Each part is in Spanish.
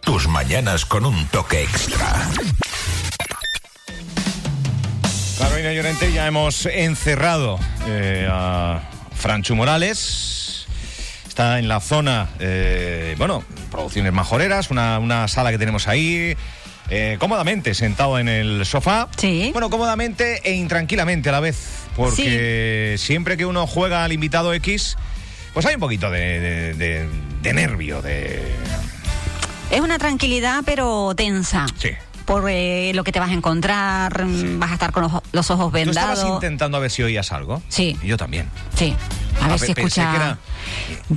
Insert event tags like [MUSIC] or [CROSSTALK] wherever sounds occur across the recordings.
tus mañanas con un toque extra. Carolina Llorente, ya hemos encerrado eh, a Franchu Morales. Está en la zona, eh, bueno, producciones majoreras, una, una sala que tenemos ahí. eh, cómodamente sentado en el sofá. Sí. Bueno, cómodamente e intranquilamente a la vez. Porque siempre que uno juega al invitado X, pues hay un poquito de, de- de- de nervio, de. Es una tranquilidad, pero tensa. Sí. Por eh, lo que te vas a encontrar, mm, vas a estar con los, los ojos ¿Tú estabas vendados. intentando a ver si oías algo? Sí. Y yo también. Sí. A Ah, ver pe- si pensé que escuchas, era-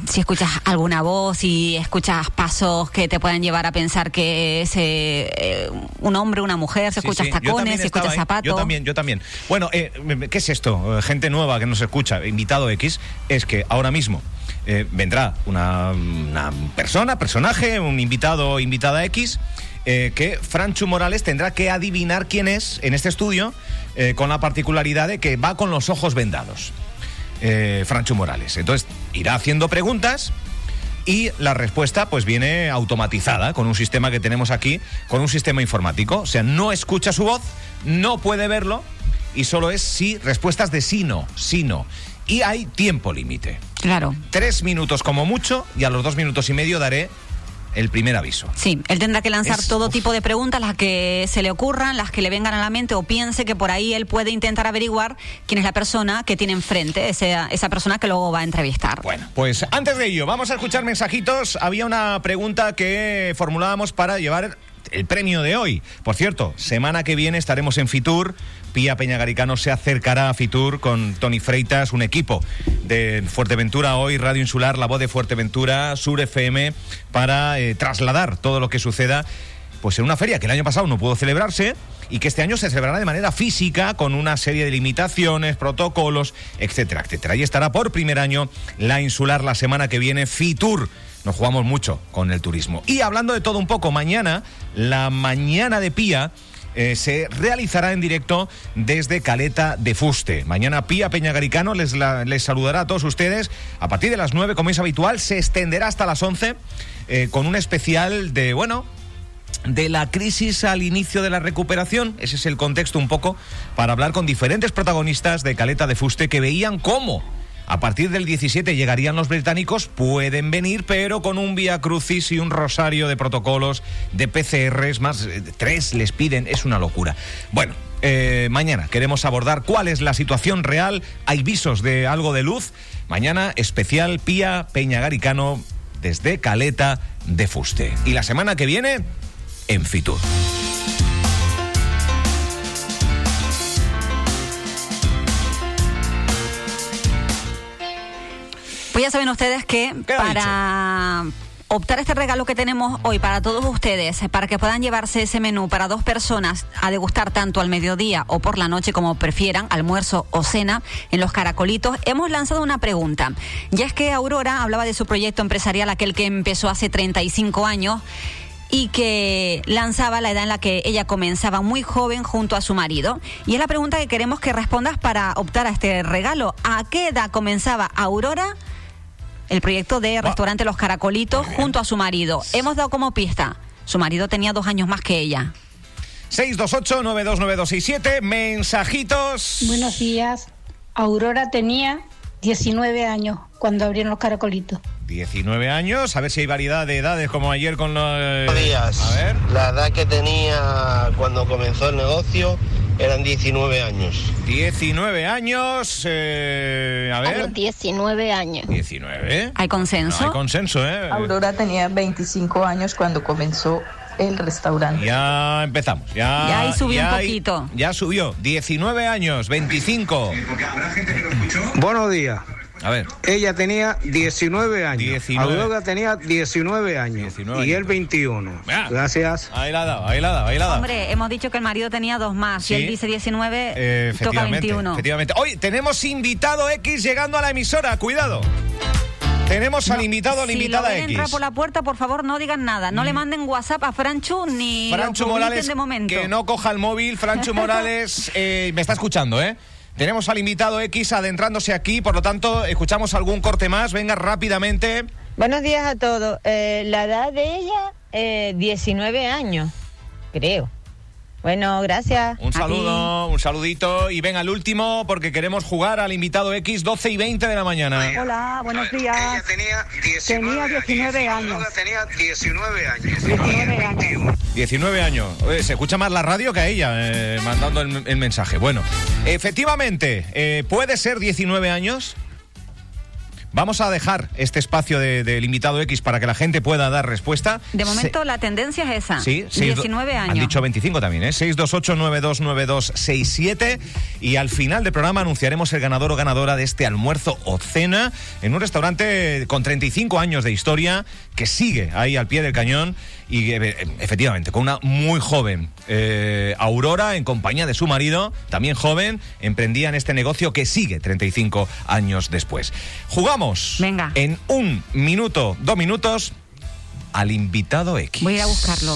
si escuchas alguna voz, si escuchas pasos que te puedan llevar a pensar que es eh, eh, un hombre, una mujer, si Sí, escuchas sí, yo también tacones, si estaba escuchas ahí. zapatos. Yo también, yo también. Bueno, eh, me- me- ¿qué es esto? Eh, Gente nueva que nos escucha, invitado X, es que ahora mismo eh, vendrá una, una persona, personaje, un invitado o invitada X, eh, que Franchu Morales tendrá que adivinar quién es en este estudio, eh, con la particularidad de que va con los ojos vendados. Eh, Franchu Morales. Entonces, irá haciendo preguntas. Y la respuesta pues viene automatizada con un sistema que tenemos aquí, con un sistema informático. O sea, no escucha su voz, no puede verlo y solo es sí, respuestas de sí, no, sí, no. Y hay tiempo límite. Claro. Tres minutos como mucho y a los dos minutos y medio daré el primer aviso. Sí, él tendrá que lanzar Es- todo uf. tipo de preguntas, las que se le ocurran, las que le vengan a la mente o piense que por ahí él puede intentar averiguar quién es la persona que tiene enfrente, ese- esa persona que luego va a entrevistar. Bueno, pues antes de ello, vamos a escuchar mensajitos. Había una pregunta que formulábamos para llevar el premio de hoy. Por cierto, semana que viene estaremos en Fitur. Pía Peñagaricano se acercará a Fitur con Tony Freitas, un equipo de Fuerteventura hoy, Radio Insular, La Voz de Fuerteventura, Sur FM, para eh, trasladar todo lo que suceda pues en una feria que el año pasado no pudo celebrarse y que este año se celebrará de manera física con una serie de limitaciones, protocolos, etcétera, etcétera. Y estará por primer año la insular la semana que viene Fitur. Nos jugamos mucho con el turismo. Y hablando de todo un poco, mañana, la mañana de Pía, eh, se realizará en directo desde Caleta de Fuste. Mañana Pía Peñagaricano les, la- les saludará a todos ustedes. A partir de las 9, como es habitual, se extenderá hasta las 11 eh, con un especial de, bueno, de la crisis al inicio de la recuperación. Ese es el contexto un poco para hablar con diferentes protagonistas de Caleta de Fuste que veían cómo a partir del 17 llegarían los británicos, pueden venir, pero con un vía crucis y un rosario de protocolos, de PCRs, más eh, tres les piden, es una locura. Bueno, eh, mañana queremos abordar cuál es la situación real, hay visos de algo de luz. Mañana especial Pía Peñagaricano desde Caleta de Fuste. Y la semana que viene en Fitur. Pues ya saben ustedes que ¿Qué ha para optar este regalo que tenemos hoy para todos ustedes, para que puedan llevarse ese menú para dos personas a degustar tanto al mediodía o por la noche como prefieran, almuerzo o cena, en los caracolitos, hemos lanzado una pregunta. Ya es que Aurora hablaba de su proyecto empresarial, aquel que empezó hace 35 años y que lanzaba la edad en la que ella comenzaba muy joven junto a su marido. Y es la pregunta que queremos que respondas para optar a este regalo. ¿A qué edad comenzaba Aurora el proyecto Ah. de Restaurante Los Caracolitos junto a su marido? Hemos dado como pista, su marido tenía dos años más que ella. 628-929267, mensajitos. Buenos días. Aurora tenía 19 años cuando abrieron los caracolitos. 19 años, a ver si hay variedad de edades como ayer con los... eh, Buenos días. A ver. La edad que tenía cuando comenzó el negocio eran 19 años. 19 años, eh, a A los ver. 19 años. 19. ¿Hay No consenso? hay consenso, ¿eh? Aurora tenía 25 años cuando comenzó el restaurante. Ya empezamos. Ya, Ya ahí subió un ahí- poquito. Ya subió. 19 años, 25. Buenos días. A ver. Ella tenía 19 años. 19. Aurora tenía 19 años. 19 y él años. 21. Ah. Gracias. Ahí la ha dado, ahí la ha dado, ahí la ha dado. Hombre, hemos dicho que el marido tenía dos más. Si Sí. él dice 19, Eh, toca efectivamente, 21. efectivamente. Hoy tenemos invitado X llegando a la emisora, cuidado. Tenemos al invitado, a la si invitada lo ven X. entrar por la puerta, por favor, no digan nada. No le manden WhatsApp a Franchu ni lo Francho publiquen Morales, de momento. que no coja el móvil. Francho [LAUGHS] Morales, eh, me está escuchando, ¿eh? Tenemos al invitado X adentrándose aquí, por lo tanto, escuchamos algún corte más. Venga rápidamente. Buenos días a todos. Eh, la edad de ella eh, 19 años, creo. Bueno, gracias. Un A ti. saludo, un saludito y ven al último porque queremos jugar al invitado X 12 y 20 de la mañana. Hola, buenos Ella días. tenía 19, Tenía 19 años. años. Tenía 19 años. 19 años. 19 años. Oye, se escucha más la radio que a ella eh, mandando el, el mensaje. Bueno, efectivamente, eh, puede ser 19 años. Vamos a dejar este espacio de- del invitado X para que la gente pueda dar respuesta. De Se- momento la tendencia es esa. Sí, seis do- 19 años. Han dicho 25 también, ¿eh? 628-929267. Y al final del programa anunciaremos el ganador o ganadora de este almuerzo o cena en un restaurante con 35 años de historia que sigue ahí al pie del cañón y eh, efectivamente con una muy joven eh, Aurora en compañía de su marido, también joven, emprendían este negocio que sigue 35 años después. Jugamos Venga. en un minuto, dos minutos al invitado X. Voy a ir a buscarlo.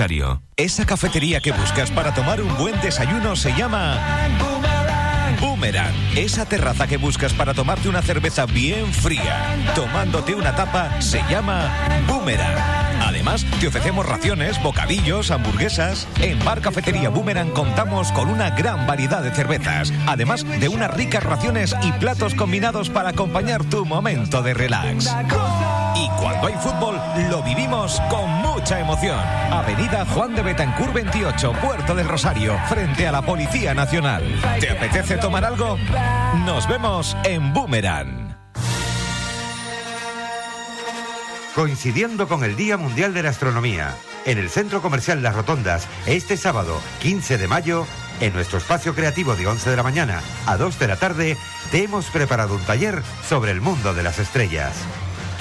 Esa cafetería que buscas para tomar un buen desayuno se llama Boomerang. Esa terraza que buscas para tomarte una cerveza bien fría, tomándote una tapa, se llama Boomerang. Además, te ofrecemos raciones, bocadillos, hamburguesas. En Bar Cafetería Boomerang contamos con una gran variedad de cervezas, además de unas ricas raciones y platos combinados para acompañar tu momento de relax. Y cuando hay fútbol, lo vivimos con mucha emoción. Avenida Juan de Betancur 28, Puerto del Rosario, frente a la Policía Nacional. ¿Te apetece tomar algo? Nos vemos en Boomerang. coincidiendo con el Día Mundial de la Astronomía. En el Centro Comercial Las Rotondas, este sábado 15 de mayo, en nuestro espacio creativo de 11 de la mañana a 2 de la tarde, te hemos preparado un taller sobre el mundo de las estrellas.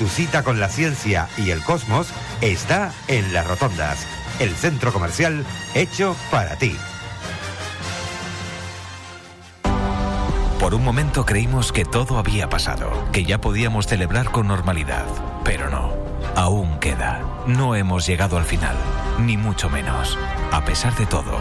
Tu cita con la ciencia y el cosmos está en Las Rotondas, el centro comercial hecho para ti. Por un momento creímos que todo había pasado, que ya podíamos celebrar con normalidad, pero no, aún queda. No hemos llegado al final, ni mucho menos. A pesar de todo,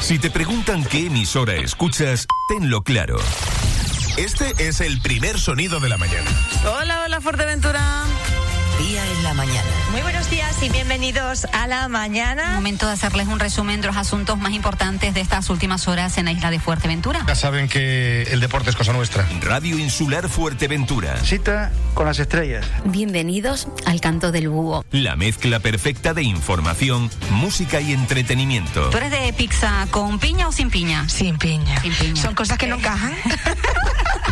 Si te preguntan qué emisora escuchas, tenlo claro. Este es el primer sonido de la mañana. Hola, hola Fuerteventura. Andalucía en la mañana. Muy buenos días y bienvenidos a la mañana. Momento de hacerles un resumen de los asuntos más importantes de estas últimas horas en la isla de Fuerteventura. Ya saben que el deporte es cosa nuestra. Radio Insular Fuerteventura. Cita con las estrellas. Bienvenidos al canto del búho. La mezcla perfecta de información, música y entretenimiento. ¿Tú eres de pizza con piña o sin piña? Sin piña. Sin piña. Son cosas que no encajan. [LAUGHS]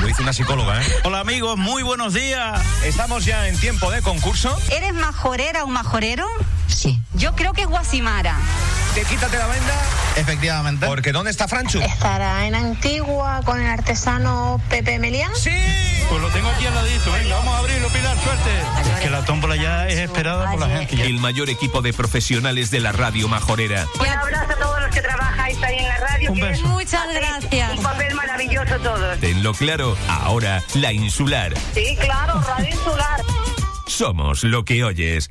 Lo dice una psicóloga, ¿eh? Hola amigos, muy buenos días. Estamos ya en tiempo de concurso. ¿Eres majorera o majorero? Sí. Yo creo que es Guasimara. Te quítate la venda. Efectivamente. Porque ¿dónde está Franchu? Estará en Antigua con el artesano Pepe Melián. Sí. Pues lo tengo aquí al ladito, venga, vamos a abrirlo, Pilar, suerte. Que la tómbola ya es esperada por la gente. [LAUGHS] ya. El mayor equipo de profesionales de la radio majorera. Un abrazo a todos los que trabajáis ahí en la radio. Un que beso. Muchas hacéis gracias. Un papel maravilloso todos. Tenlo claro, ahora la insular. Sí, claro, Radio Insular. Somos lo que oyes.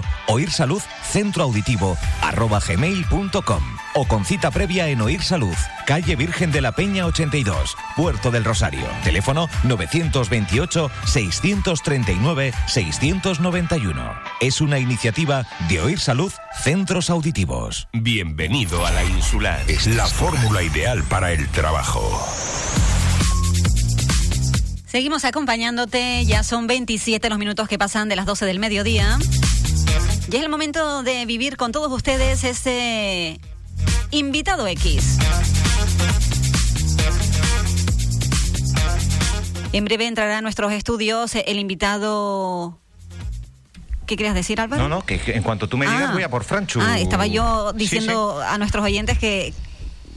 oírsaludcentroauditivo.com o con cita previa en Oír Salud, calle Virgen de la Peña 82, Puerto del Rosario. Teléfono 928-639-691. Es una iniciativa de Oír Salud Centros Auditivos. Bienvenido a la insular. Es la fórmula ideal para el trabajo. Seguimos acompañándote, ya son 27 los minutos que pasan de las 12 del mediodía. Y es el momento de vivir con todos ustedes este invitado X. En breve entrará a nuestros estudios el invitado... ¿Qué querías decir, Álvaro? No, no, que que en cuanto tú me digas Ah. voy a por Franchu. Ah, estaba yo Sí, diciendo a nuestros oyentes que,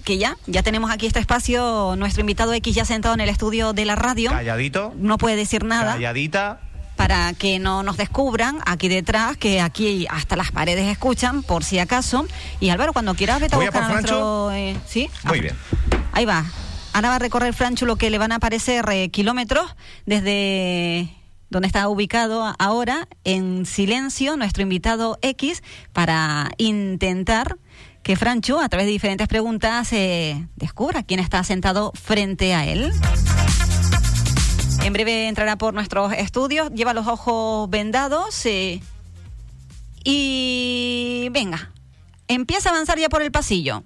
que ya, ya tenemos aquí este espacio, nuestro invitado X ya sentado en el estudio de la sí. radio. Calladito, No puede decir nada calladita. para que no nos descubran aquí detrás, que aquí hasta las paredes escuchan, por si acaso. Y Álvaro, cuando quieras, vete a Voy a buscar por a nuestro... eh, ¿Sí? Muy bien. Ahí va. Ahora va a recorrer Franchu lo que le van a aparecer eh, kilómetros desde donde está ubicado a- ahora, en silencio, nuestro invitado X, para intentar que Franchu, a través de diferentes preguntas, eh, descubra quién está sentado frente a él. En breve entrará por nuestros estudios, lleva los ojos vendados eh, y venga, empieza a avanzar ya por el pasillo.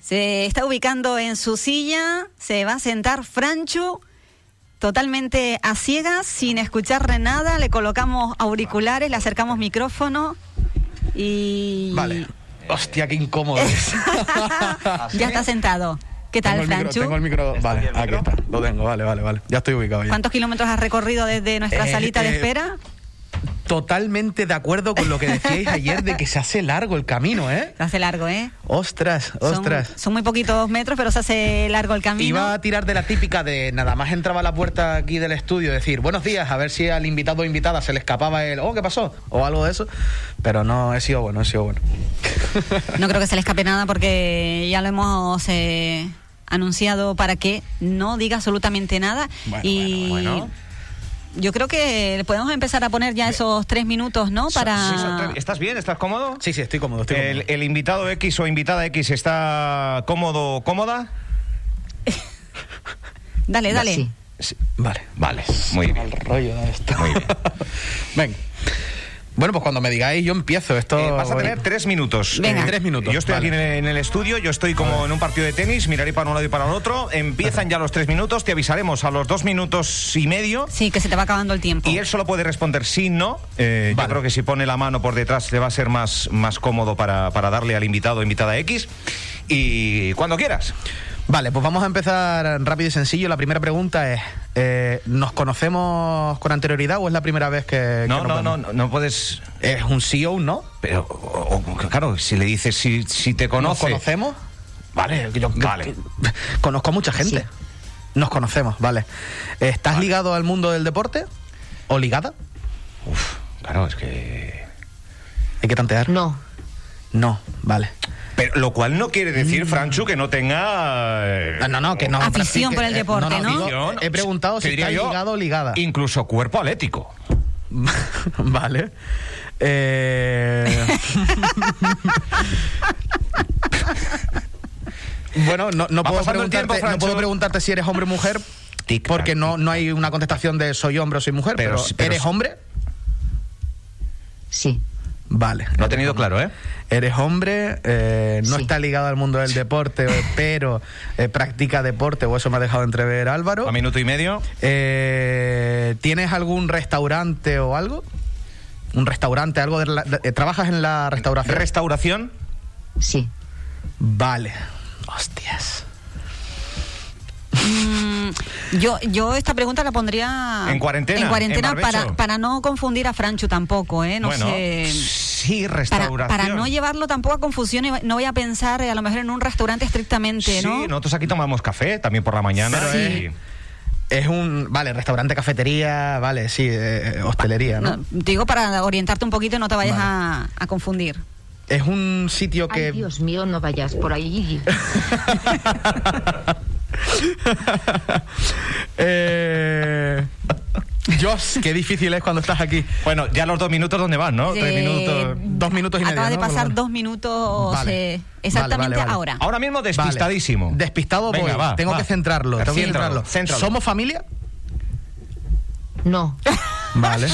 Se está ubicando en su silla, se va a sentar Franchu, totalmente a ciegas, sin escucharle nada, le colocamos auriculares, le acercamos micrófono y Vale. Hostia, qué incómodo. [LAUGHS] [LAUGHS] ya está sentado. ¿Qué tal, tengo el micro, Franchu? tengo el micro. Vale, aquí está. Lo tengo, vale, vale, vale. Ya estoy ubicado ya. ¿Cuántos kilómetros has recorrido desde nuestra Eh, salita de eh, espera? Totalmente de acuerdo con lo [LAUGHS] que decíais ayer de que se hace largo el camino, ¿eh? Se hace largo, ¿eh? Ostras, Son- ostras. Son, muy poquitos metros, pero se hace largo el camino. Iba a tirar de la típica de nada más entraba a la puerta aquí del estudio, decir buenos días, a ver si al invitado o invitada se le escapaba el oh, ¿qué pasó? o algo de eso. Pero no, he sido bueno, he sido bueno. No creo que se le escape nada porque ya lo hemos eh, anunciado para que no diga absolutamente nada. Bueno, y bueno, yo creo que le podemos empezar a poner ya esos tres minutos, ¿no? Sí, son Para. tres- ¿Estás bien? ¿Estás cómodo? Sí, sí, estoy cómodo, estoy cómodo. El, el invitado X o invitada X está cómodo o cómoda. eh, Dale, dale. Sí. Vale. Vale, muy bien. El rollo de esto. Muy bien. [LAUGHS] Venga. Bueno, pues cuando me digáis yo empiezo esto. Eh, vas a tener tres minutos. Venga. Eh, Tres minutos, Yo estoy vale. aquí en el, en el estudio, yo estoy como en un partido de tenis, miraré para un lado y para el otro. Empiezan ya los tres minutos, te avisaremos a los dos minutos y medio. Sí, que se te va acabando el tiempo. Y él solo puede responder sí, no. Eh, Vale. Yo creo que si pone la mano por detrás le va a ser más, más cómodo para, para darle al invitado o invitada X. Y cuando quieras. Vale, pues vamos a empezar rápido y sencillo. La primera pregunta es, eh, ¿nos conocemos con anterioridad o es la primera vez que... Eh, que No, no, nos no, vemos? no, no puedes. Es un sí o un no. [LAUGHS] Pero, o- o- claro, si le dices si, si te ¿Nos conoce. conocemos? Vale, yo- Vale. conozco a mucha gente. Nos conocemos, vale. ¿Estás ligado al mundo del deporte? ¿O ligada? Claro, es que. Hay que tantear. No. No, vale. Pero lo cual no quiere decir, Franchu, que no tenga. eh, Mm. No, no, no, que no. Afición que- por el eh, deporte, ¿no? digo, Afición. he preguntado Te si diría está yo- ligado o ligada. Incluso cuerpo atlético. [LAUGHS] vale. Eh, [LAUGHS] bueno, no, no Va puedo pasando el preguntarte, tiempo, no Francho. puedo preguntarte si eres hombre o mujer. Porque no, no hay una contestación de soy hombre o soy mujer, Pero pero, sí, pero ¿eres sí. hombre? Sí. Vale. Lo ha tenido claro, ¿eh? Eres hombre, eh, no está ligado al mundo del deporte, eh, pero eh, practica deporte, o eso me ha dejado entrever Álvaro. A minuto y medio. Eh, ¿Tienes algún restaurante o algo? ¿Un restaurante, algo de... la- de- eh, ¿Trabajas en la restauración? ¿Restauración? Sí. Vale. Hostias. Mm, yo, yo esta pregunta la pondría En cuarentena, en cuarentena en barbecho. para, para no confundir a Franchu tampoco, ¿eh? No bueno, sé. sí, Para, restauración. para no llevarlo tampoco a confusión y no voy a pensar eh, a lo mejor en un restaurante estrictamente, Sí, ¿no? nosotros aquí tomamos café también por la mañana. Pero y- Es un... Vale, restaurante, cafetería, vale, sí, eh, hostelería, ¿no? No, digo para orientarte un poquito y no te vayas a, a confundir. Es un sitio que... Ay, Dios mío, no vayas por ahí. [LAUGHS] Eh, Josh, qué difícil es cuando estás aquí. Bueno, ya los dos minutos, ¿dónde van, no? Tres Eh, minutos. Dos minutos y medio. Acaba de ¿no? Por lo pasar menos. dos minutos Vale, eh, exactamente vale, vale. ahora. Ahora mismo despistadísimo. Vale. Despistado Venga, voy. va, tengo va. que centrarlo. Tengo que Céntralo, centrarlo. céntralo. ¿Somos familia? No. Vale. [LAUGHS]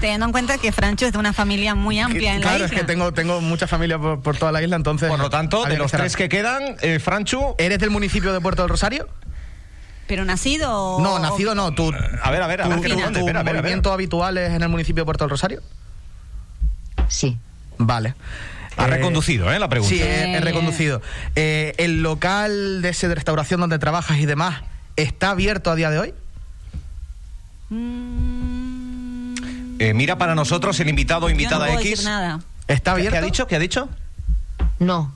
Teniendo en cuenta que Francho es de una familia muy amplia en claro, la es isla. que tengo, tengo mucha familia por, por toda la isla, entonces. Por lo tanto, había de los estar- tres que quedan, eh, Franchu. ¿Eres del municipio de Puerto del Rosario? Pero nacido. o- No, nacido no. ¿Tu, A ver, a ver, a tu- ver, Ah, que tu- tú dónde, tu espera, espera, movimiento habitual es en el municipio de Puerto del Rosario? Sí. Vale. Ha Eh, reconducido, ¿eh? La pregunta. Sí, he, he reconducido. Eh, ¿El local de ese de restauración donde trabajas y demás está abierto a día de hoy? Mm. Eh, mira para nosotros el invitado o Yo no invitada puedo X. decir nada. ¿Está ¿Qué, abierto? qué ha dicho? ¿Qué ha dicho? No.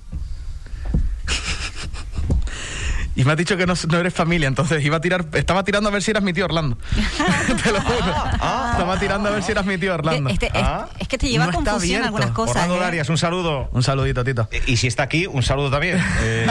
Y me has dicho que no, no eres familia, entonces iba a tirar, estaba tirando a ver si eras mi tío [LAUGHS] Orlando. te lo juro. estaba tirando a ver si eras mi tío Orlando. Este- es- Ah. es, que te lleva No a está confusión abierto. algunas cosas. Orlando ¿eh? Darias, un saludo. Un saludito, Tito. Eh, Y si está aquí, un saludo [LAUGHS] también. Eh,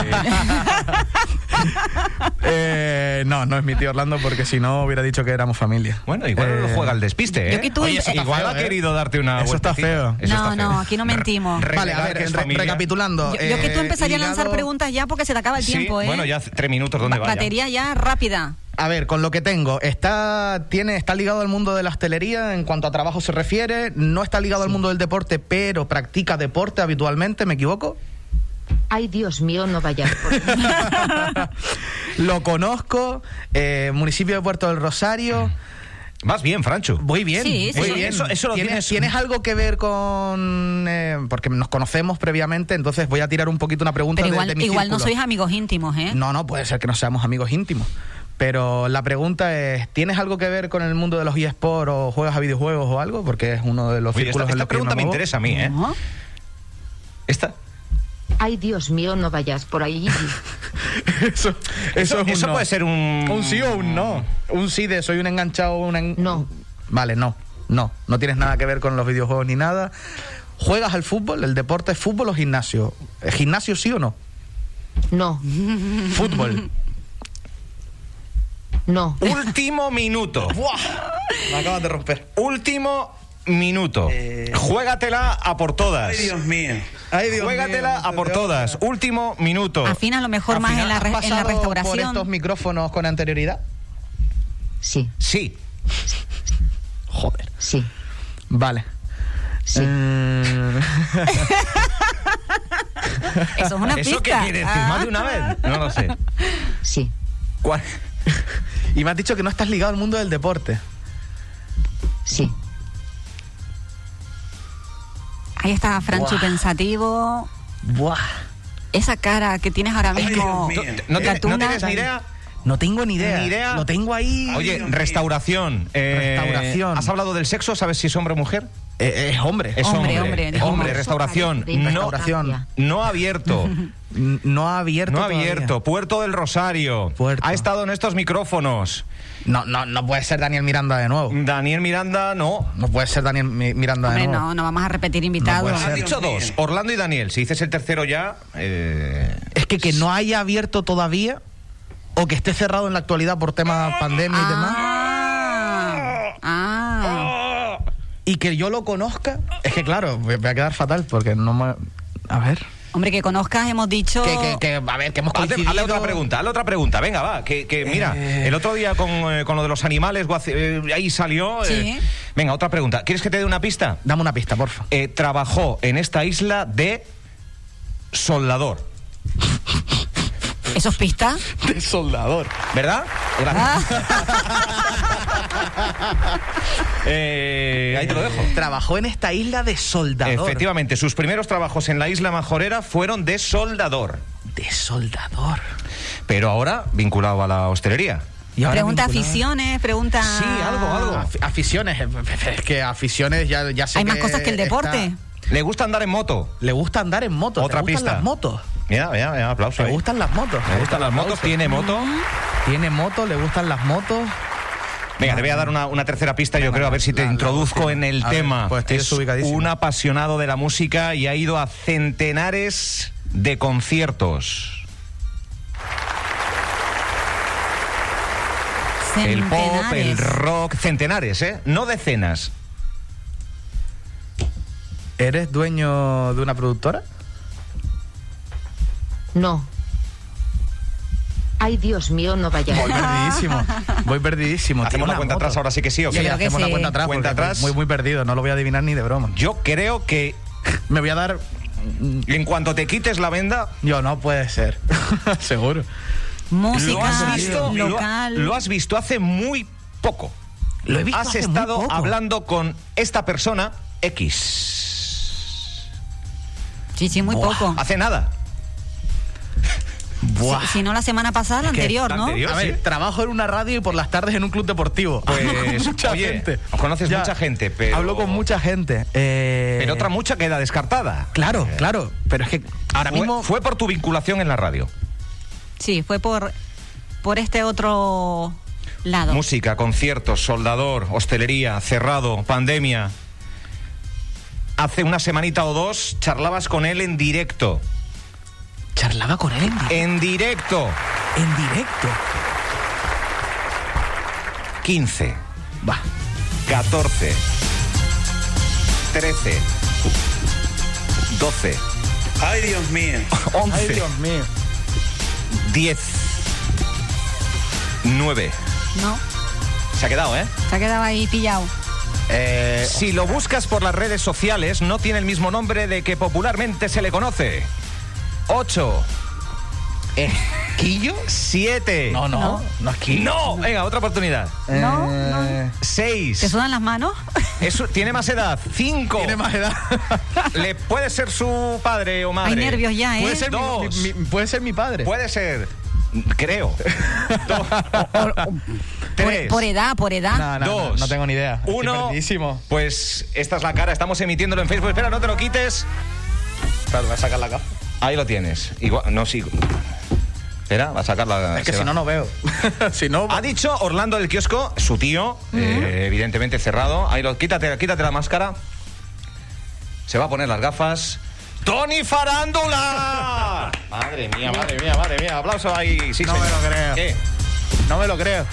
Eh, no, no es mi tío Orlando porque si no hubiera dicho que éramos familia. bueno, igual Eh, juega al despiste, ¿eh? Yo que tú- Oye, eso está igual feo, ha ¿eh? querido darte una Eso está vueltecita. feo. Eso no, está feo. no, aquí no mentimos. Re- Vale, a Revelar ver, que es re- familia. recapitulando. Yo, yo que tú eh, empezaría a lanzar ligado- preguntas ya porque se te acaba el Sí, tiempo, ¿eh? Bueno, ya hace tres minutos, ¿dónde Ba- va? ya? Batería ya rápida. A ver, con lo que tengo, está, tiene, está ligado al mundo de la hostelería en cuanto a trabajo se refiere, no está ligado al mundo del deporte, pero practica deporte habitualmente, ¿me equivoco? Ay, Dios mío, no vayas por ahí. Lo conozco, eh, municipio de Puerto del Rosario. Vas bien, Francho. Voy bien, Sí, sí. voy Eso- bien. eso- eso lo ¿Tienes, tienes- tienes algo que ver con...? eh, porque nos conocemos previamente, entonces voy a tirar un poquito una pregunta Pero de- igual, de mi igual no círculo. sois amigos íntimos, ¿eh? No, no, puede ser que no seamos amigos íntimos. Pero la pregunta es, ¿tienes algo que ver con el mundo de los eSports o juegos a videojuegos o algo? Porque es uno de los Oye, esta, círculos en esta los que yo pregunta me muevo. interesa a mí, ¿eh? No. Esta. Ay, Dios mío, no vayas por ahí. [LAUGHS] eso, eso, Eso, es un eso no. puede ser un... Un sí o un no. Un sí de soy un enganchado o una... en- No. Vale, no, no. No tienes nada que ver con los videojuegos ni nada. ¿Juegas al fútbol? ¿El deporte es fútbol o gimnasio? ¿Eh, ¿Gimnasio sí o no? No. [LAUGHS] Fútbol. No. [LAUGHS] Último [LAUGHS] minuto. Me acabas de romper. Último minuto. Eh. Juégatela a por todas. mío. Ay, Dios Juégatela mío, a por todas. Último minuto. Afina a lo mejor Al más final, en la, ¿has re- en la pasado por restauración. estos micrófonos con anterioridad? Sí. Sí. Joder. Sí. Vale. Sí. Mm, Eso es una pista. [LAUGHS] ¿Eso qué quiere decir? ¿Más de una vez? No lo sé. Ah. Sí. ¿Cuál? [LAUGHS] y me has dicho que no estás ligado al mundo del deporte. Sí. Ah, Ahí está Franchu Buah. pensativo. Buah. esa cara que tienes ahora mismo. ¿No, no tienes, no tienes ni idea? No tengo ni idea. Ni idea. Lo tengo ahí. Oye, restauración. eh, Restauración. ¿Has hablado del sexo? ¿Sabes si es hombre o mujer? Eh, es hombre. Es Hombre, hombre. hombre, es hombre, hombre. restauración. Restauración. No, Ah, Restauración. no [LAUGHS] abierto. N- No ha abierto. No todavía. abierto. Puerto del Rosario. Puerto. Ha estado en estos micrófonos. No, no, no puede ser Daniel Miranda de nuevo. Daniel Miranda, no. No puede ser Daniel Mi- Miranda de Hombre, nuevo. no, no vamos a repetir invitados. puede Has ser. dicho dos, Orlando y Daniel. Si dices el tercero ya. eh, Es que que no haya abierto todavía o que esté cerrado en la actualidad por tema pandemia y demás Ah, ah. y que yo lo conozca, es que claro, me voy a quedar fatal porque no me... A ver. Hombre, que conozcas, hemos dicho. Que, que- que, a ver, que hemos Hazle, coincidido... hazle otra pregunta, hazle otra pregunta. Venga, va. Que, que, mira, Eh. el otro día con, eh, con lo de los animales, guaci- eh, ahí salió. eh. Sí. Venga, otra pregunta. ¿Quieres que te dé una pista? Dame una pista, porfa. Eh, trabajó en esta isla de soldador, ¿Eso es pista? [LAUGHS] De soldador. ¿verdad? Gracias. Ah, Eh, ahí te lo dejo. Trabajó en esta isla de soldador. Efectivamente, sus primeros trabajos en la isla majorera fueron de soldador, De soldador. pero ahora vinculado a la hostelería. Y ahora pregunta vinculado- aficiones, pregunta. Sí, algo, algo. Afi- Aficiones. eh, [LAUGHS] Es que aficiones ya, ya sé Hay más cosas que el está- deporte. Le gusta andar en moto. Le gusta andar en moto. Otra ¿Te gustan pista. las motos. Mira, mira, mira, aplauso. Le ahí. gustan las motos. Le gustan las motos, tiene moto. Tiene moto, le gustan las motos. Venga, te voy a dar una, una tercera pista, yo creo, a ver si te la- la introduzco última. en el A ver, tema. pues estoy es desubicadísimo. un apasionado de la música y ha ido a centenares de conciertos. El pop, el Centenares. rock, centenares, ¿eh? No decenas. ¿Eres dueño de una productora? No. Ay, Dios mío, no vaya. Voy perdidísimo. Voy perdidísimo. Hacemos Tiene la cuenta moto. atrás ahora sí que sí, ¿o Sí, qué? creo que hacemos la sí. cuenta atrás. Cuenta porque atrás. Muy, muy perdido, no lo voy a adivinar ni de broma. Yo creo que Me voy a dar. en cuanto te quites la venda, Yo, no puede ser. [LAUGHS] Seguro. lo has Música visto, lo- local. lo has visto hace muy poco. Lo he visto has hace muy estado poco. hablando con esta persona X. Sí, sí, muy Buah, poco. Hace nada. Buah. Si, si no la semana pasada, la que anterior, la ¿no? anterior. A sí. ver, trabajo en una radio y por las tardes en un club deportivo. [LAUGHS] Hablo con Pues, mucha oye, gente. conoces mucha gente, pero- Hablo con mucha gente. eh, Pero otra mucha queda descartada. Eh, Claro, claro. Pero es que ahora Fue- mismo. Fue por tu vinculación en la radio. Sí, fue por, por este otro lado. Música, conciertos, soldador, hostelería, cerrado, pandemia. Hace una semanita o dos charlabas con él en directo. Charlaba con él en, di- En directo. en directo. 15, Va. 14, 13, 12, Ay, Dios mío. 11, mío. 10, 9. No, Se ha quedado, ¿eh? se ha quedado ahí pillado. Eh, si lo buscas por las redes sociales, no tiene el mismo nombre de que popularmente se le conoce. Eh, 8. ¿Quillo? 7. No, no. No es que. No. Venga, otra oportunidad. No, Eh, ¿Te 6. sudan las manos? Tiene más edad. 5. Tiene más edad. Le puede ser su padre o madre. Hay nervios ya, ¿eh? Puede ser, mi- Dos. mi, mi- puede ser mi padre. Puede ser. Creo. Por, [LAUGHS] Tres. por edad, por edad. No, no, no, Dos. no tengo ni idea. [LAUGHS] Estoy Uno. perdidísimo. Pues esta es la cara. Estamos emitiéndolo en Facebook. Espera, no te lo quites. Claro, voy a sacar la gafa. Ahí lo tienes. Igual, no, sí. Espera, va a sacar la. Es que Ah, se si va. no, no veo. [LAUGHS] si no. Ha dicho Orlando del kiosco, su tío, eh, evidentemente cerrado. Ahí lo, quítate, quítate la máscara. Se va a poner las gafas. ¡Tony [LAUGHS] Farándula! madre mía, madre mía, madre mía. Aplauso ahí. Sí, No me señor. lo creo. ¿Qué? No me lo creo.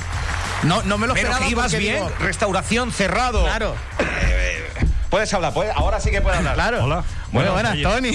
No, no me lo Pero esperaba que ibas porque bien. digo, Restauración cerrado. Claro, Puedes hablar, puedes- ahora sí que puedes hablar. claro. Hola. Muy Bueno, buenas, oye. Tony.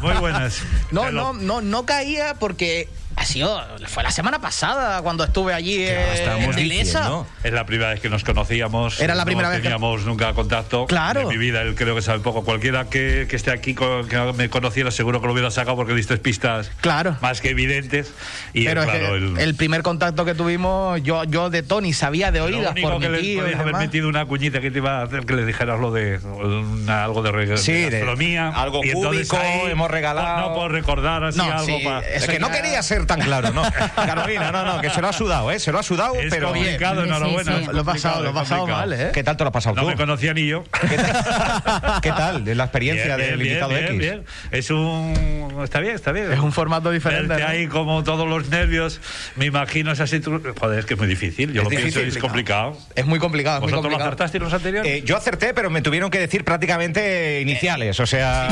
Muy buenas. [LAUGHS] No, Hello. no, no, no caía porque Ha sido, fue la semana pasada cuando estuve allí eh, Estábamos en Ilesa. diciendo. Es la primera vez que nos conocíamos. Era la primera Pues no vez que- teníamos nunca contacto. Claro. En mi vida, él creo que sabe poco. Cualquiera que, que esté aquí, co- que me conociera, seguro que lo hubiera sacado porque diste pistas Claro. más que evidentes. Y Pero él, es que claro, él- el... primer contacto que tuvimos, yo, yo de Tony sabía de lo oídas único por mi que le tío. y podías haber demás. metido una cuñita que te iba a hacer que le dijeras lo de una- algo de, re, Sí, de de- gastronomía. algo Y entonces cúbico, ahí, hemos regalado. No, no por recordar así No, algo sí, pa- es que no quería ser tan claro, [LAUGHS] [LAUGHS] no. Carolina, no, no, que se lo ha sudado, ¿eh? Se lo ha sudado, Es pero. complicado, enhorabuena. es Lo he pasado, complicado, lo he es pasado complicado. mal, ¿eh? ¿Qué tal te lo has pasado No tú? me conocía ni yo. [LAUGHS] ¿Qué tal? de La experiencia Bien, del bien, invitado bien, X. bien. Es un. ¿eh? Está bien, está bien. Es un formato diferente. Verte ¿no? ahí como todos los nervios, me imagino esa situación. Joder, es que es muy difícil. Yo Es lo pienso, difícil. es complicado. Es muy complicado, es muy ¿Vosotros lo complicado. acertasteis los anteriores? Eh, yo acerté, pero me tuvieron que decir prácticamente iniciales, o sea.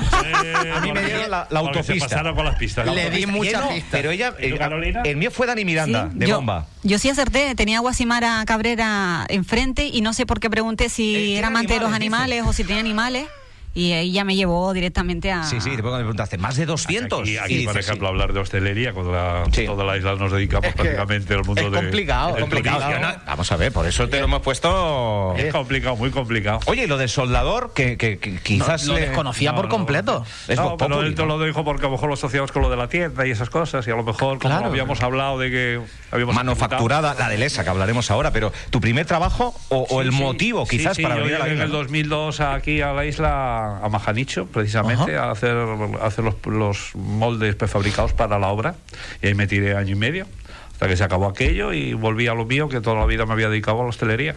a mí me dieron la, la Eh, Porque autopista. Se pasaron con las pistas. La Le di autopista. muchas Y él no, pistas. Pero ella. ¿Y tú, eh, Carolina? el mío fue Dani Miranda, Sí, de yo- bomba. Yo sí acerté, tenía Guasimara Cabrera enfrente y no sé por qué pregunté Eh, si era amante de los animales o si tenía animales y ella me llevó directamente a... Sí, sí, después cuando me preguntaste, más de 200. Y aquí, Y por dices, ejemplo, hablar de hostelería, cuando la- toda la isla nos dedicamos que prácticamente al mundo es pues de. complicado, Eh. del es complicado. turismo. Yo no- Eh. Vamos a ver, por eso te lo hemos puesto. Es complicado, muy complicado. Oye, y lo del soldador, que, que- que quizás. No, lo le- desconocía No, por no. completo. Es no, Vox pero Populi, él te ¿no? lo dijo porque a lo mejor lo asociamos con lo de la tienda y esas cosas, y a lo mejor, como Claro. habíamos hablado de que habíamos. manufacturada, la de Lesa, que hablaremos ahora, pero tu primer trabajo o, o el Sí, sí. motivo Sí, quizás sí, para yo venir a la llegué en el isla. 2002 aquí a la isla, a Majanicho, precisamente, a hacer, a hacer los, los moldes prefabricados para la obra. Y ahí me tiré año y medio, hasta que se acabó aquello y volví a lo mío, que toda la vida me había dedicado a la hostelería.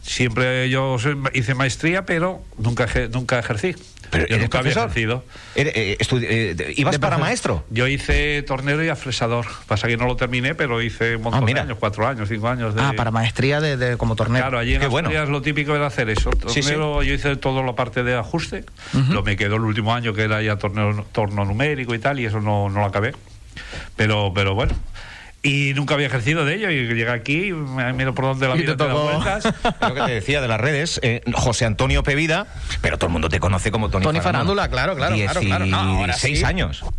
Siempre yo soy- hice maestría, pero nunca, eje- nunca ejercí. Pero yo ¿eres nunca había profesor? ejercido. Eres, eh, estu- eh, de- ¿Ibas De para profe- maestro? Yo hice tornero y afresador. Pasa que no lo terminé, pero hice un montón Ah, de mira. años, cuatro años, cinco años. De... Ah, para maestría de, de- como torneo. Claro, allí en Qué bueno. Asturias lo típico era hacer eso. Sí, sí. Tornero, yo hice toda la parte de ajuste. Lo me quedó el último año que era ya torneo, torno numérico y tal, y eso no, no lo acabé. Pero, pero bueno. Y nunca había ejercido de ello. Y llegué aquí, me miro por donde la Y vida te te da tocó. vueltas. Lo que te decía de las redes, eh, José Antonio Pevida, pero todo el mundo te conoce como Tony, Tony Farándula, claro, claro, claro, claro. No, ahora 16 sí. años. [LAUGHS]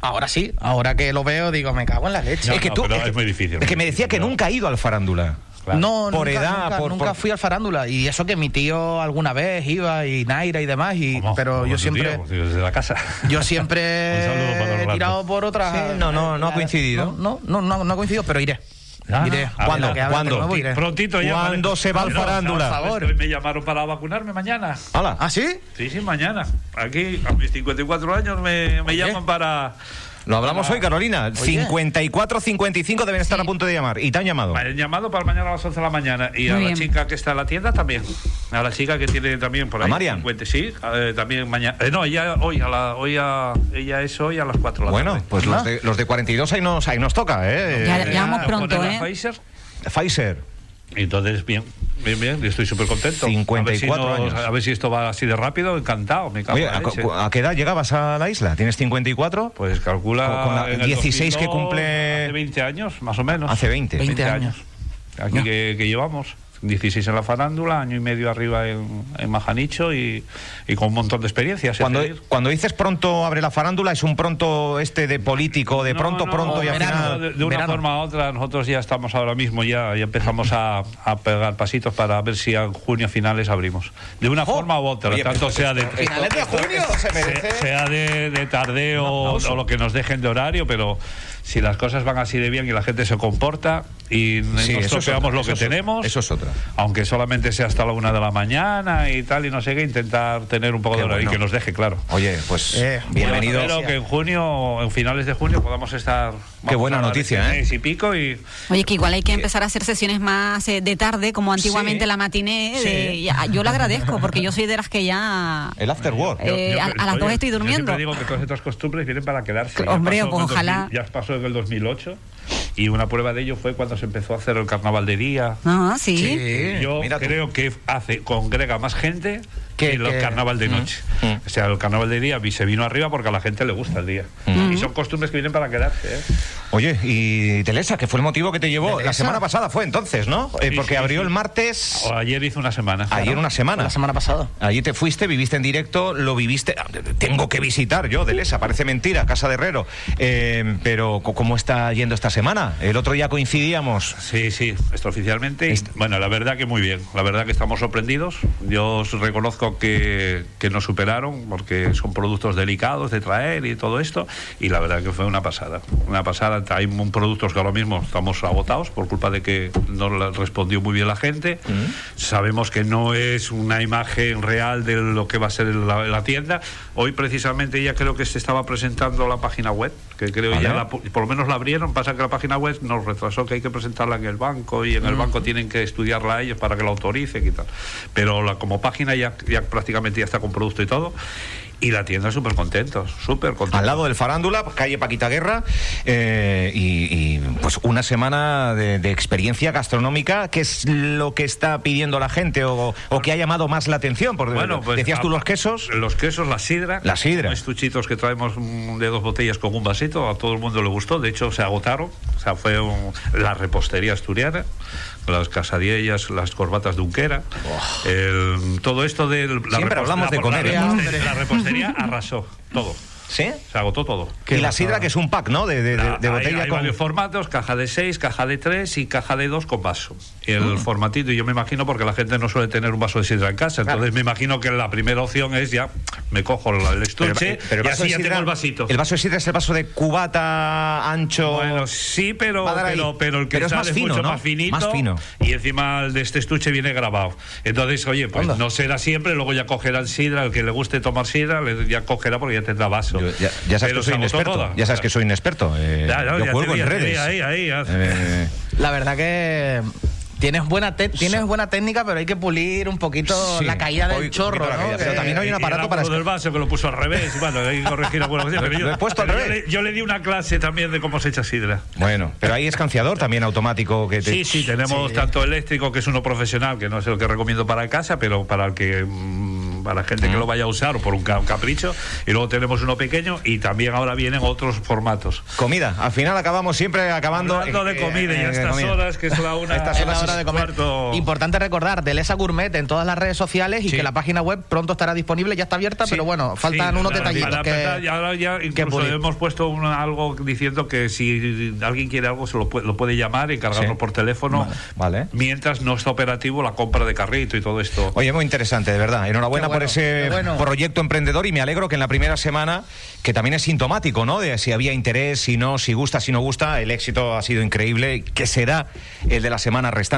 Ahora sí, ahora que lo veo, digo, me cago en la leche. No, es que no, tú. pero que- es muy difícil, Es que muy me decía difícil, que ¿no? nunca ha ido al Farándula. Claro. No, Por nunca, edad, nunca, por- nunca por- fui al farándula. Y eso que mi tío alguna vez iba y Naira y demás, y, Como- pero como yo tu siempre, tío, tío, desde la casa. [LAUGHS] yo [LAUGHS] Un saludo para siempre he Orlando. tirado por otras. Sí, no, no, no ha coincidido. No, no, no, no ha coincidido, pero iré. Ah, iré. a ¿Cuándo? ver, Que abran de ¿cuándo? nuevo, iré. Prontito ya. ¿Cuándo vale. se va al No, no, farándula? por favor. Es que Me llamaron para vacunarme mañana. Hala. ¿Ah, sí? Sí, sí, mañana. Aquí, a mis 54 años, me, me llaman para. Lo hablamos hoy, Carolina. 54, 55 deben estar a punto de llamar. Y te han llamado. Me han llamado para mañana a las 11 de la mañana. Y a Muy la bien. chica que está en la tienda también. A la chica que tiene también por ¿A ahí. Marian? 50, sí, eh, también mañana. eh, no, ella hoy, a la, hoy a, ella es hoy a las 4 de la Bueno, tarde. pues los de, los de 42 ahí nos, ahí nos toca, ¿eh? Ah. Ya- ya vamos Ah, pronto, poner ¿eh? la Pfizer. Pfizer. Entonces, bien, bien, bien, yo estoy súper contento. 54 a ver, si años. a ver si esto va así de rápido, encantado, me cago en Oye, la ¿a, leche. cu- a qué edad llegabas a la isla? ¿Tienes 54? Pues calcula. Con- con la en el 16 que 2002, cumple- Hace 20 años, más o menos. Hace 20. 20 años. Aquí que, que llevamos. 16 en la farándula, año y medio arriba en, en Majanicho y, y con un montón de experiencias. es Cuando, decir, cuando dices pronto abre la farándula, es un pronto este de político, de no, pronto, no, pronto y al verano. final. De, de una verano. forma u otra, nosotros ya estamos ahora mismo, ya, ya empezamos a, a pegar pasitos para ver si en junio finales abrimos. De una forma u otra, Oh. Oye, tanto pero- sea de ¿Finales de junio? Se merece. se- sea de, de tardeo o, o lo que nos dejen de horario, pero si las cosas van así de bien y la gente se comporta y Sí, nos eso es tropeamos otra, lo eso que es otra, tenemos, Eso es otra. aunque solamente sea hasta la una de la mañana y tal, y no sé qué, intentar tener un poco Qué de horario y bueno. que nos deje, claro. Oye, pues Eh, bienvenido. Bueno, espero que en junio, en finales de junio, podamos estar. vamos buena a dar noticia, este ¿eh? mes y pico y. Oye, que igual hay que empezar a hacer sesiones más eh, de tarde, como antiguamente Sí. la matiné. Sí. de- ya- yo lo agradezco, porque yo soy de las [LAUGHS] que ya... El after work. Eh, a- a las dos estoy Yo durmiendo. siempre digo que todas estas costumbres vienen para quedarse. Cl- hombre, pasó en el pues, ojalá. ya pasó en el 2008 y una prueba de ello fue cuando se empezó a hacer el carnaval de día. Eh, No, Ah, sí. Y Yo mira tú. creo que hace congrega más gente Que- que el que- carnaval Mm. de noche. O Mm. sea, el carnaval de día vi- se vino arriba porque a la gente le gusta el día. Y son costumbres que vienen para quedarse. ¿eh? Oye, y Telesa, que fue el motivo que te llevó. La ¿Telesa? semana pasada fue entonces, ¿no? Eh, Sí, porque sí, abrió sí. el martes. O ayer hizo una semana. Ayer Claro. una semana. La semana pasada. Allí te fuiste, viviste en directo, lo viviste. Ah, Tengo que visitar yo, Delesa, parece mentira, Casa de Herrero. Eh, pero, co- ¿cómo está yendo esta semana? El otro día coincidíamos. Sí, sí, esto oficialmente. y, bueno, la verdad que muy bien. La verdad que estamos sorprendidos. Yo os reconozco que, que nos superaron porque son productos delicados de traer y todo esto. Y la verdad que fue una pasada. Una pasada. Hay un- productos que ahora mismo estamos agotados por culpa de que no la- respondió muy bien la gente. Mm. Sabemos que no es una imagen real de lo que va a ser la, la tienda. Hoy precisamente ya creo que se estaba presentando la página web, que creo Vale. ya la, pu- por lo menos la abrieron. Pasa que la página web nos retrasó, que hay que presentarla en el banco y en Mm. el banco tienen que estudiarla ellos para que la autoricen y tal. Pero la, como página ya, ya prácticamente ya está con producto y todo. Y la tienda súper contentos, súper contentos. Al lado del Farándula, calle Paquita Guerra, eh, y, y, pues una semana de, de experiencia gastronómica, que es lo que está pidiendo la gente o, o que ha llamado más la atención. Porque decías tú pues a- los quesos. Los quesos, la sidra. La sidra. unos Estuchitos que traemos mm, de dos botellas con un vasito. A todo el mundo le gustó. De hecho, se agotaron. O sea, fue un- la repostería asturiana, las casadiellas, las corbatas de Unquera. El- todo esto del. la Siempre repos- hablamos la- de la comer, ¿eh? repostería- La repostería arrasó. Todo. ¿Sí? Se agotó todo. Y la sidra, [LAUGHS] que es un pack, ¿no? De, de- de- Ah, de hay- botella hay con. varios formatos, caja de 6, caja de 3 y caja de 2 con vaso. Y el Ah. formatito, y yo me imagino, porque la gente no suele tener un vaso de sidra en casa, entonces me imagino que la primera opción es ya, me cojo la- el eh, estuche y así ya tengo el vasito. El vaso de sidra es el vaso de cubata ancho. Bueno, sí, pero, Va a dar ahí. pero, pero el que Pero es sale más es fino, mucho ¿no? más finito Más fino. y encima el de este estuche viene grabado. Entonces, oye, pues no será siempre, luego ya cogerán sidra, el que le guste tomar sidra, le- ya cogerá porque ya tendrá vaso. Ya, ya sabes Pero se que soy agotó inexperto. toda. Ya sabes que soy inexperto. eh, Ya, ya, yo ya cuelgo te vi, en ya te vi, redes. ahí, ahí, ya. Eh, La verdad que tienes buena te- tienes buena técnica, pero hay que pulir un poquito Sí, la caída hoy un del chorro, poquito la ¿no? caída, pero Que- también hay un Y aparato era para uno del vaso que lo puso al revés. Bueno, hay que corregir alguna cosa. Lo- Pero yo, lo he puesto al pero yo revés. le- yo le di una clase también de cómo se echa sidra. bueno, pero hay escanciador también automático que te. Sí, sí, tenemos tanto eléctrico, que es uno profesional, que no es el que recomiendo para casa, pero para el que mm, para la gente que lo vaya a usar o por un ca- un capricho. Y luego tenemos uno pequeño y también ahora vienen otros formatos. Comida. Al final acabamos siempre acabando. Hablando de eh, comida, eh, ya a estas comida. horas, que es la una, A estas es la horas hora de comer. Importante recordar, Delesa Gourmet en todas las redes sociales y Sí. que la página web pronto estará disponible, ya está abierta, pero bueno, faltan Sí, unos para- detallitos. para apretar, Que... y ahora ya incluso pulir. hemos puesto un- algo diciendo que si alguien quiere algo se lo puede, lo puede llamar y cargarlo por teléfono Vale. mientras no está operativo la compra de carrito y todo esto. Oye, muy interesante, de verdad. Enhorabuena Qué bueno, por ese qué bueno. proyecto emprendedor y me alegro que en la primera semana, que también es sintomático, ¿no? De si había interés, si no, si gusta, si no gusta, el éxito ha sido increíble, que será el de las semanas restantes.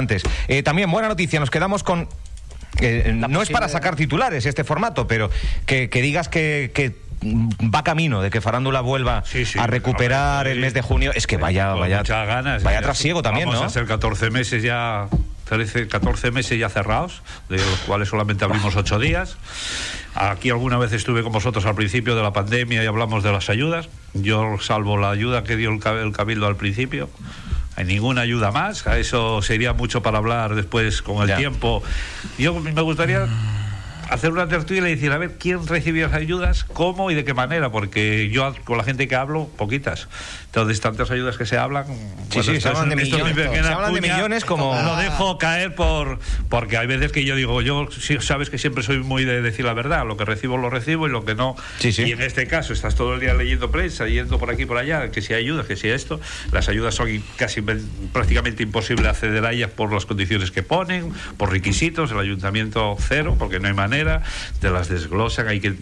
Eh, también buena noticia, nos quedamos con... eh, no es para sacar titulares este formato, pero que, que digas que... que, mm, va camino de que Farándula vuelva a recuperar el mes de junio. Es que vaya, Con vaya, muchas ganas. vaya Ya trasiego también, vamos ¿no? a ser 14 meses ya. 13, 14 meses ya cerrados, de los cuales solamente abrimos 8 días. Aquí alguna vez estuve con vosotros al principio de la pandemia y hablamos de las ayudas. Yo, salvo la ayuda que dio el cab- el Cabildo al principio, hay ninguna ayuda más. A eso sería mucho para hablar después con el Ya. tiempo. Yo me gustaría hacer una tertulia y decir, a ver, ¿quién recibió las ayudas? ¿Cómo y de qué manera? Porque yo con la gente que hablo, poquitas. Entonces, tantas ayudas que se hablan... Sí, sí, se esto es- hablan de esto es mi millones, pequeña se hablan de cuña, millones como- Lo dejo caer por... Porque hay veces que yo digo, yo sí, sabes que siempre soy muy de decir la verdad, lo que recibo lo recibo y lo que no... Y en este caso, estás todo el día leyendo prensa, yendo por aquí por allá, que si hay ayudas, que si esto, las ayudas son casi prácticamente imposible acceder a ellas por las condiciones que ponen, por requisitos, el ayuntamiento cero, porque no hay manera, te las desglosan, hay que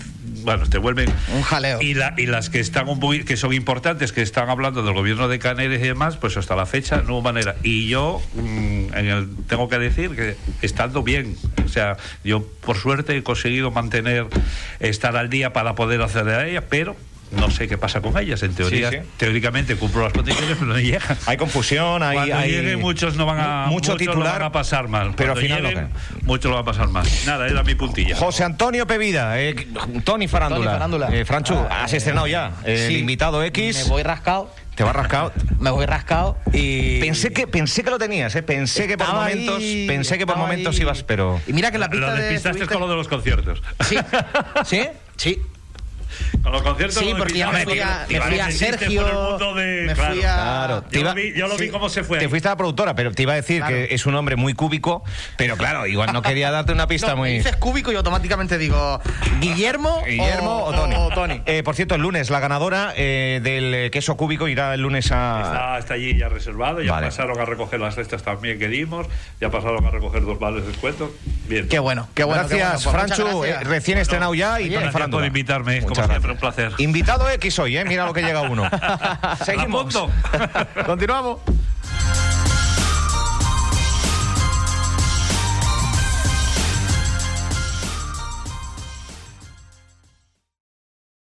bueno, te vuelven un jaleo. Y, la- y las que están un poqui- que son importantes, que están hablando del gobierno de Caneres y demás, pues hasta la fecha no hubo manera. Y yo mm, en el- tengo que decir que estando bien, o sea, yo por suerte he conseguido mantener estar al día para poder acceder a ellas, pero no sé qué pasa con ellas. En teoría, Sí, sí. teóricamente cumplo las condiciones, pero no llegan. Hay confusión, hay... Cuando hay- llegue, muchos no van a Mucho muchos lo titular, van a pasar mal. pero al Cuando final no lleguen, muchos lo van a pasar mal. Nada, era mi puntilla. José Antonio Pevida, eh, Tony Farándula. Tony Farándula. Eh, Franchu, Ah, has eh, estrenado ya. eh, sí. El invitado X. Me voy rascado, Te va rascado. me voy rascado y... Pensé que, pensé que lo tenías, eh, pensé que por Estaba momentos, ahí, pensé que por estaba momentos ahí. ibas, pero. Y mira que la pista Lo de despistaste [LAUGHS] subirte- con lo de los conciertos. Sí, sí, sí. Con los conciertos Sí, lo porque yo pillaba, me fui a- me Iván fui a existe por el Sergio, mundo de- me claro, fui a- claro. Te Yo, iba- lo vi, yo lo vi cómo se fue. Te ahí. fuiste a la productora, pero te iba a decir Claro. que es un hombre muy cúbico, pero claro, igual no quería darte una pista No, me muy. dices cúbico y automáticamente digo Guillermo, Guillermo o, Tony. Eh, por cierto, el lunes la ganadora eh, del eh, queso cúbico irá el lunes a. Está, está allí ya reservado, ya Ah. Vale. pasaron a recoger las cestas también que dimos, ya pasaron a recoger dos vales de descuento. Bien. Qué bueno, qué bueno. qué gracias, bueno. Pues muchas Franchu, gracias. eh, recién estrenado ya y Gracias para por invitarme, como siempre, un placer. [LAUGHS] Invitado X hoy, eh, mira lo que llega uno. Seguimos. Seguimos. Continuamos.